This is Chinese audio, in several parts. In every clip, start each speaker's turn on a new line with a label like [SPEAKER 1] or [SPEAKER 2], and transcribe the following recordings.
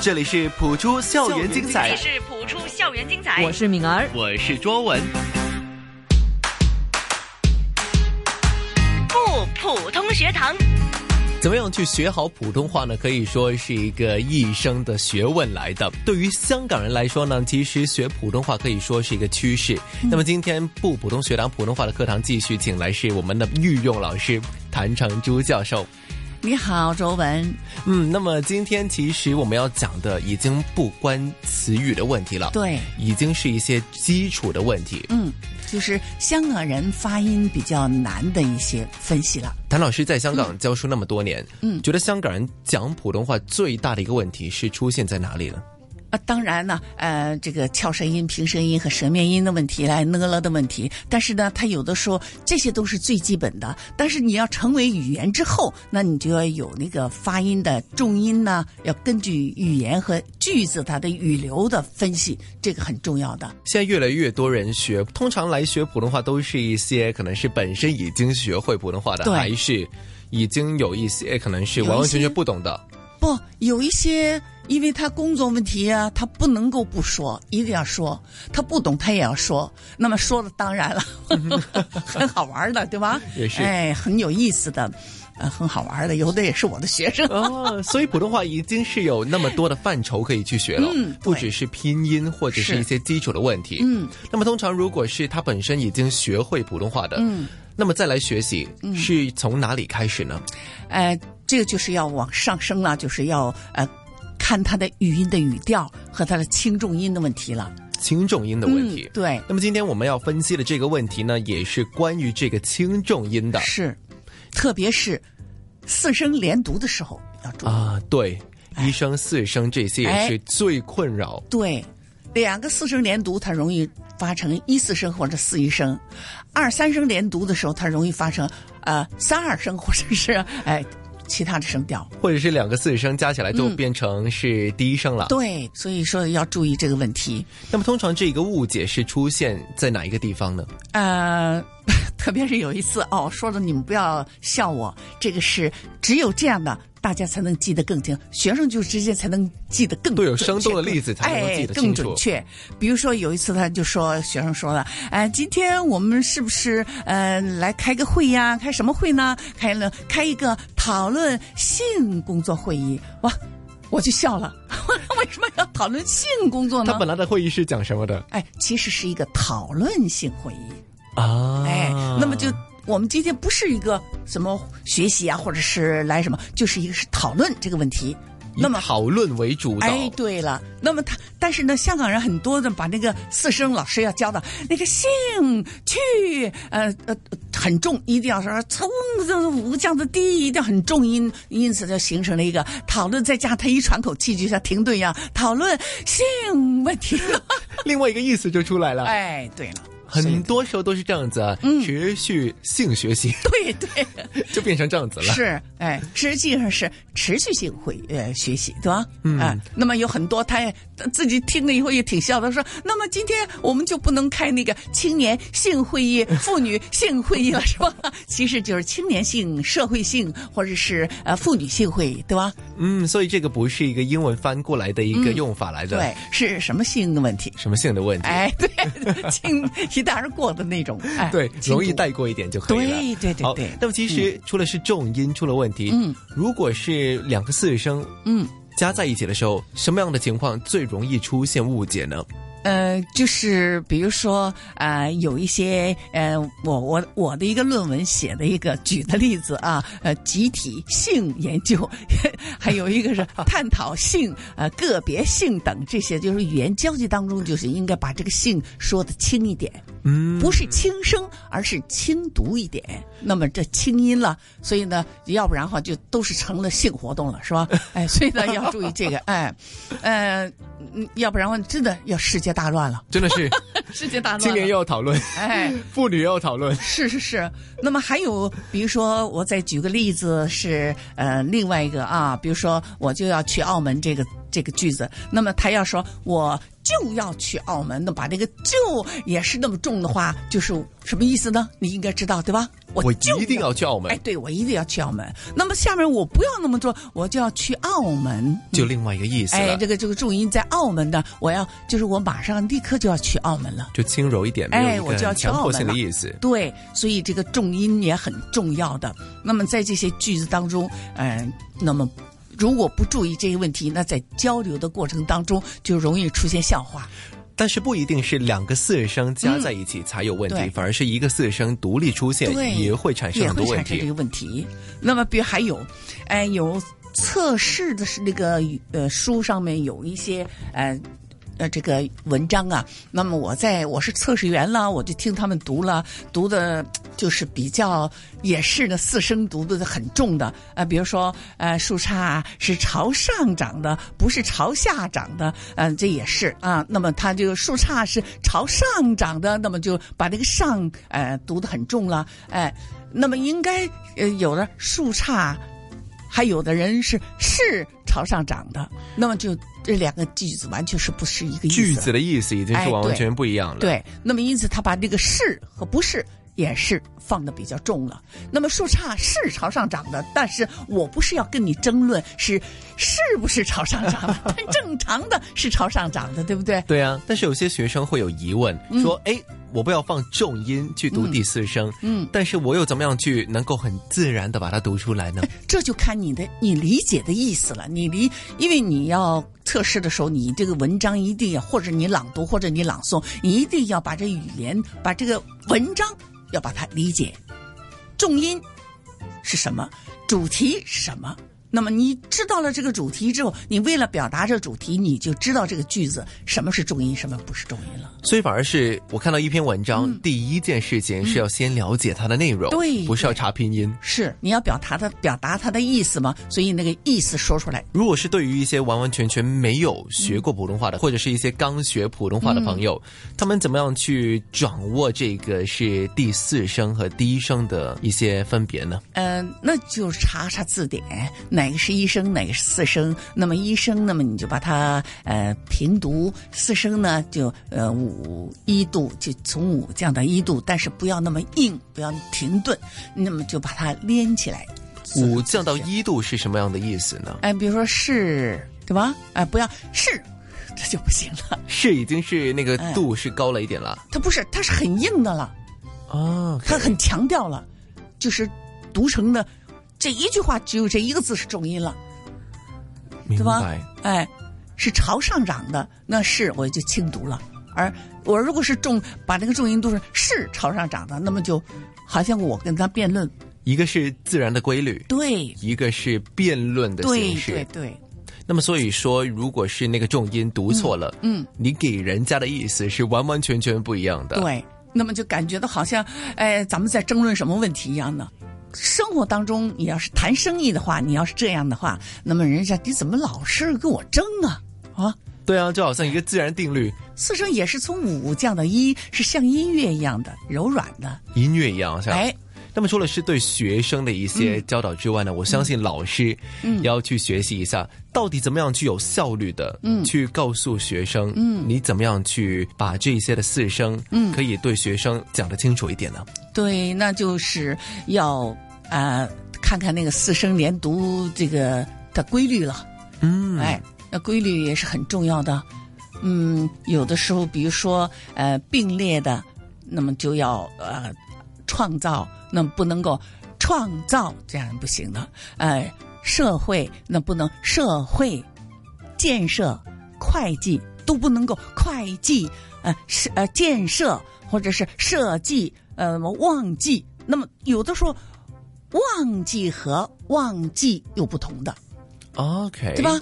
[SPEAKER 1] 这里是普出校园精彩，
[SPEAKER 2] 是普出校园精彩
[SPEAKER 3] 我是敏儿，
[SPEAKER 1] 我是卓文。
[SPEAKER 2] 不普通学堂。
[SPEAKER 4] 怎么样去学好普通话呢？可以说是一个一生的学问来的。对于香港人来说呢，其实学普通话可以说是一个趋势。那么今天不普通学堂普通话的课堂继续请来是我们的御用老师谭成珠教授。
[SPEAKER 5] 你好，卓文。
[SPEAKER 4] 嗯，那么今天其实我们要讲的已经不关词语的问题了，，
[SPEAKER 5] 对，
[SPEAKER 4] 已经是一些基础的问题。
[SPEAKER 5] 嗯，就是香港人发音比较难的一些分析了。
[SPEAKER 4] 谭老师在香港教书那么多年，
[SPEAKER 5] 嗯
[SPEAKER 4] 觉得香港人讲普通话最大的一个问题是出现在哪里呢？
[SPEAKER 5] 啊，当然呢，呃，这个翘舌音、平舌音和舌面音的问题，来呢呃了的问题。但是呢，他有的时候这些都是最基本的。但是你要成为语言之后，那你就要有那个发音的重音呢，要根据语言和句子它的语流的分析，这个很重要的。
[SPEAKER 4] 现在越来越多人学，通常来学普通话都是一些可能是本身已经学会普通话的，
[SPEAKER 5] 对
[SPEAKER 4] 还是已经有一些可能是
[SPEAKER 5] 有一些
[SPEAKER 4] 完完全全不懂的。
[SPEAKER 5] 不，有一些因为他工作问题啊，他不能够不说，一定要说。他不懂，他也要说。那么说了，当然了，很好玩的，对吧？
[SPEAKER 4] 也是
[SPEAKER 5] 哎，很有意思的，呃，很好玩的。有的也是我的 学生。
[SPEAKER 4] 哦，所以普通话已经是有那么多的范畴可以去学了，
[SPEAKER 5] 嗯对
[SPEAKER 4] 不只是拼音或者是
[SPEAKER 5] 是
[SPEAKER 4] 一些基础的问题。
[SPEAKER 5] 嗯，
[SPEAKER 4] 那么通常如果是他本身已经学会普通话的，
[SPEAKER 5] 嗯，
[SPEAKER 4] 那么再来学习、是从哪里开始呢？
[SPEAKER 5] 呃，这个就是要往上升了，就是要呃，看他的语音的语调和他的轻重音的问题了。
[SPEAKER 4] 轻重音的问题。
[SPEAKER 5] 嗯、对，
[SPEAKER 4] 那么今天我们要分析的这个问题呢，也是关于这个轻重音的
[SPEAKER 5] 是，特别是四声连读的时候要注意。
[SPEAKER 4] 啊，对，一声四声这些也
[SPEAKER 5] 哎
[SPEAKER 4] 是最困扰。
[SPEAKER 5] 对，两个四声连读，它容易发成一四声或者四一声；二三声连读的时候，它容易发成呃三二声或者是哎其他的声调。
[SPEAKER 4] 或者是两个四声加起来就变成是低声了。
[SPEAKER 5] 嗯对，所以说要注意这个问题。
[SPEAKER 4] 那么通常这个误解是出现在哪一个地方呢？
[SPEAKER 5] 呃， 特别是有一次哦，说的你们不要笑我，这个是只有这样的。大家才能记得更清，学生就之间才能记得更
[SPEAKER 4] 对有
[SPEAKER 5] 准确
[SPEAKER 4] 生动的例子才能够记得
[SPEAKER 5] 哎、更
[SPEAKER 4] 清楚
[SPEAKER 5] 准确。比如说有一次，他就说学生说了，哎，今天我们是不是呃来开个会呀？开什么会呢？开了开一个讨论性工作会议。哇，我就笑了， 为什么要讨论性工作呢
[SPEAKER 4] 他？本来的会议是讲什么的
[SPEAKER 5] 哎，其实是一个讨论性会议。
[SPEAKER 4] 啊？
[SPEAKER 5] 哎，那么就我们今天不是一个什么学习啊，或者是来什么，就是一个是讨论这个问题。
[SPEAKER 4] 以
[SPEAKER 5] 那么，
[SPEAKER 4] 讨论为主导。
[SPEAKER 5] 哎，对了，那么他，但是呢，香港人很多的把那个四声老师要教的那个兴趣，呃呃，很重，一定要说从这五个这样的低，一定要很重音，因此就形成了一个讨论，再加上他一喘口气就像停顿一样，讨论性问题。
[SPEAKER 4] 另外一个意思就出来了。
[SPEAKER 5] 哎，嗯对了，
[SPEAKER 4] 很多时候都是这样子啊，持续性学习
[SPEAKER 5] 对对。
[SPEAKER 4] 就变成这样子了。
[SPEAKER 5] 是，哎，实际上是持续性会呃学习，对吧？嗯、那么有很多他也自己听了以后也挺笑的，说那么今天我们就不能开那个青年性会议、妇女性会议了，是吧？ 其实就是青年性、社会性或者是呃妇女性会议，对吧？
[SPEAKER 4] 嗯，所以这个不是一个英文翻过来的一个用法来的，
[SPEAKER 5] 对，是什么性的问题？
[SPEAKER 4] 什么性的问题？
[SPEAKER 5] 哎，对， 轻一带而过的那种，哎，
[SPEAKER 4] 对，
[SPEAKER 5] 轻
[SPEAKER 4] 容易
[SPEAKER 5] 读
[SPEAKER 4] 带过一点就可以了。
[SPEAKER 5] 对对对
[SPEAKER 4] 好
[SPEAKER 5] 对嗯
[SPEAKER 4] 那么其实除了是重音出了问题，嗯，如果是两个四声，
[SPEAKER 5] 嗯。
[SPEAKER 4] 加在一起的时候，什么样的情况最容易出现误解呢？
[SPEAKER 5] 呃，就是比如说，呃，有一些呃，我我我的一个论文写的一个举的例子啊，呃，集体性研究， 还有一个是探讨性、呃个别性等这些，就是语言交际当中，就是应该把这个性说的轻一点，
[SPEAKER 4] 嗯，
[SPEAKER 5] 不是轻声，而是轻读一点。那么这轻音了，所以呢，要不然的话就都是成了性活动了，是吧？哎，所以呢要注意这个，哎，呃，嗯要不然的话真的要世界大乱了，
[SPEAKER 4] 真的是
[SPEAKER 5] 世界大乱了。
[SPEAKER 4] 青年又要讨 论，
[SPEAKER 5] 哎，
[SPEAKER 4] 妇女又要讨论，
[SPEAKER 5] 是是是。那么还有，比如说，我再举个例子是，呃，另外一个啊，比如说，我就要去澳门这个这个句子。那么他要说我就要去澳门，那把这个“就”也是那么重的话，就是什么意思呢？你应该知道对吧？我
[SPEAKER 4] 我
[SPEAKER 5] 就
[SPEAKER 4] 一定要去澳门
[SPEAKER 5] 哎，，对，我一定要去澳门。那么下面我不要那么做，我就要去澳门。
[SPEAKER 4] 就另外一个意思
[SPEAKER 5] 哎，
[SPEAKER 4] 了
[SPEAKER 5] 这，个这个重音在澳门的，我要就是我马上立刻就要去澳门了。
[SPEAKER 4] 就轻柔一点，没
[SPEAKER 5] 哎
[SPEAKER 4] 有
[SPEAKER 5] 我
[SPEAKER 4] 一
[SPEAKER 5] 就要
[SPEAKER 4] 个
[SPEAKER 5] 去
[SPEAKER 4] 强
[SPEAKER 5] 澳
[SPEAKER 4] 迫
[SPEAKER 5] 门
[SPEAKER 4] 性的
[SPEAKER 5] 了
[SPEAKER 4] 意思。
[SPEAKER 5] 对，所以这个重音也很重要的。那么在这些句子当中，嗯、那么如果不注意这些问题，那在交流的过程当中就容易出现笑话。
[SPEAKER 4] 但是不一定是两个四声加在一起才有问题，
[SPEAKER 5] 嗯对
[SPEAKER 4] 反而是一个四声独立出现
[SPEAKER 5] 对
[SPEAKER 4] 也会产生
[SPEAKER 5] 也
[SPEAKER 4] 很多
[SPEAKER 5] 会
[SPEAKER 4] 问
[SPEAKER 5] 产生这
[SPEAKER 4] 题
[SPEAKER 5] 个。问题。那么，比如还有，哎，有测试的是那个呃书上面有一些呃。呃，这个文章啊，那么我在我是测试员啦，我就听他们读了，读的就是比较也是呢，四声读的很重的啊、呃比如说呃，树杈啊是朝上长的，不是朝下长的，嗯、这也是啊。那么它这个树杈是朝上长的，那么就把这个上呃读的很重了，哎、那么应该呃有的树杈，还有的人是是朝上长的，那么就这两个句子完全是不是一个意思。
[SPEAKER 4] 句子的意思已经
[SPEAKER 5] 哎
[SPEAKER 4] 是完完
[SPEAKER 5] 对
[SPEAKER 4] 全全不一样了。
[SPEAKER 5] 对，那么因此他把这个是和不是。也是放的比较重了。那么树杈是朝上长的，但是我不是要跟你争论是是不是朝上长的，但正常的是朝上长的，对不对？
[SPEAKER 4] 对啊，但是有些学生会有疑问，说：“哎，我不要放重音去读第四声，
[SPEAKER 5] 嗯嗯嗯
[SPEAKER 4] 但是我又怎么样去能够很自然的把它读出来呢
[SPEAKER 5] 这就看你的你理解的意思了。你理，因为你要测试的时候，你这个文章一定要，或者你朗读，或者你朗诵，你一定要把这语言，把这个文章要把它理解，重音是什么，主题是什么。那么你知道了这个主题之后，你为了表达这个主题，你就知道这个句子什么是重音，什么不是重音了。？”
[SPEAKER 4] 所以反而是我看到一篇文章，第一件事情是要先了解它的内容，
[SPEAKER 5] 嗯对
[SPEAKER 4] 不是要查拼音。
[SPEAKER 5] 是你要表达的表达它的意思嘛？所以那个意思说出来
[SPEAKER 4] 如果是对于一些完完全全没有学过普通话的，或者是一些刚学普通话的朋友，
[SPEAKER 5] 嗯
[SPEAKER 4] 他们怎么样去掌握这个是第四声和第一声的一些分别呢？
[SPEAKER 5] 嗯、那就查查字典，哪个是一声，哪个是四声。那么一声，那么你就把它呃平读；四声呢，就呃五一度，就从五降到一度，但是不要那么硬，不要停顿，那么就把它连起来。
[SPEAKER 4] 五降到一度是什么样的意思呢？
[SPEAKER 5] 哎、比如说是，对吧？哎、不要是，这就不行了。
[SPEAKER 4] 是已经是那个度是高了一点了
[SPEAKER 5] 它不是，它是很硬的了，
[SPEAKER 4] 啊，
[SPEAKER 5] 它很强调了，就是读成的这一句话只有这一个字是重音了。
[SPEAKER 4] 明
[SPEAKER 5] 对吧
[SPEAKER 4] 白。
[SPEAKER 5] 哎，是朝上涨的，那是我就轻读了。而我如果是重把那个重音读成是朝上涨的，那么就好像我跟他辩论，
[SPEAKER 4] 一个是自然的规律，
[SPEAKER 5] 对
[SPEAKER 4] 一个是辩论的
[SPEAKER 5] 对
[SPEAKER 4] 形
[SPEAKER 5] 对
[SPEAKER 4] 式。
[SPEAKER 5] 对，
[SPEAKER 4] 那么所以说，如果是那个重音读错了，
[SPEAKER 5] 嗯嗯
[SPEAKER 4] 你给人家的意思是完完全全不一样的。
[SPEAKER 5] 对，那么就感觉到好像，哎，咱们在争论什么问题一样呢？生活当中，你要是谈生意的话，你要是这样的话，那么人家你怎么老是跟我争啊？啊，
[SPEAKER 4] 对啊，就好像一个自然定律，
[SPEAKER 5] 四声也是从五降到一，是像音乐一样的柔软的，
[SPEAKER 4] 音乐一样，像
[SPEAKER 5] 哎，嗯
[SPEAKER 4] 那么除了是对学生的一些教导之外呢，我相信老师要去学习一下，到底怎么样去有效率的，嗯，去告诉学生，嗯，你怎么样去把这些的四声，嗯，可以对学生讲得清楚一点呢？
[SPEAKER 5] 对，那就是要呃看看那个四声连读这个的规律了。
[SPEAKER 4] 嗯，
[SPEAKER 5] 哎，那规律也是很重要的。嗯，有的时候，比如说呃并列的，那么就要呃创造，那么不能够创造，这样不行的。哎，社会那不能社会建设、会计都不能够会计，呃是呃建设或者是设计，呃忘记。那么有的时候，忘记和忘记又不同的。
[SPEAKER 4] 嗯，OK，
[SPEAKER 5] 对吧？？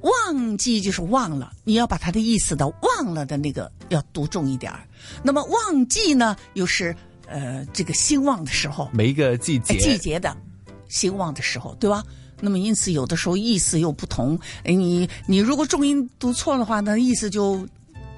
[SPEAKER 5] 忘记就是忘了，你要把它的意思的忘了的那个要读重一点儿。那么忘记呢，又是呃这个兴旺的时候，
[SPEAKER 4] 每一个季
[SPEAKER 5] 哎
[SPEAKER 4] 节，
[SPEAKER 5] 季节的兴旺的时候，对吧？那么因此有的时候意思又不同，哎你你如果重音读错的话呢，意思就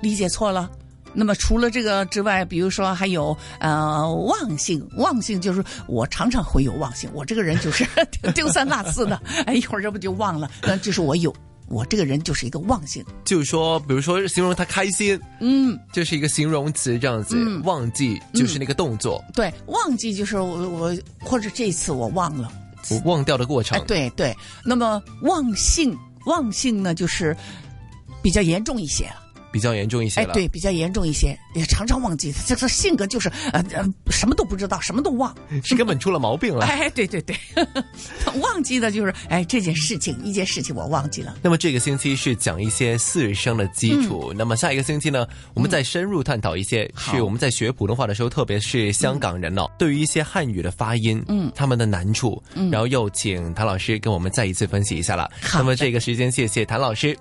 [SPEAKER 5] 理解错了。那么除了这个之外，比如说还有呃忘性，忘性就是我常常 会有忘性，我这个人就是丢三落四的，哎一会儿这不就忘了，那就是我有我这个人就是一个忘性。
[SPEAKER 4] 就是说，比如说形容他开心，
[SPEAKER 5] 嗯，
[SPEAKER 4] 这是一个形容词，这样子。
[SPEAKER 5] 嗯
[SPEAKER 4] 忘记就是那个动作，
[SPEAKER 5] 对，忘记就是我我或者这次我忘了。
[SPEAKER 4] 我忘掉的过程。
[SPEAKER 5] 哎，对对。那么忘性，忘性呢，就是比较严重一些了。
[SPEAKER 4] 比较严重一些
[SPEAKER 5] 哎，
[SPEAKER 4] 了。
[SPEAKER 5] 对，比较严重一些，也常常忘记。这个性格就是呃呃，什么都不知道，什么都忘。
[SPEAKER 4] 是根本出了毛病了。
[SPEAKER 5] 哎，对对对，忘记的就是哎这件事情，一件事情我忘记了。
[SPEAKER 4] 那么这个星期是讲一些四声的基础，那么下一个星期呢，我们再深入探讨一些
[SPEAKER 5] 嗯好嗯
[SPEAKER 4] 是我们在学普通话的时候，特别是香港人哦，对于一些汉语的发音，嗯，他们的难处，嗯，然后又请谭老师跟我们再一次分析一下了。
[SPEAKER 5] 好
[SPEAKER 4] 那么
[SPEAKER 5] 的
[SPEAKER 4] 这个时间，谢谢谭老师，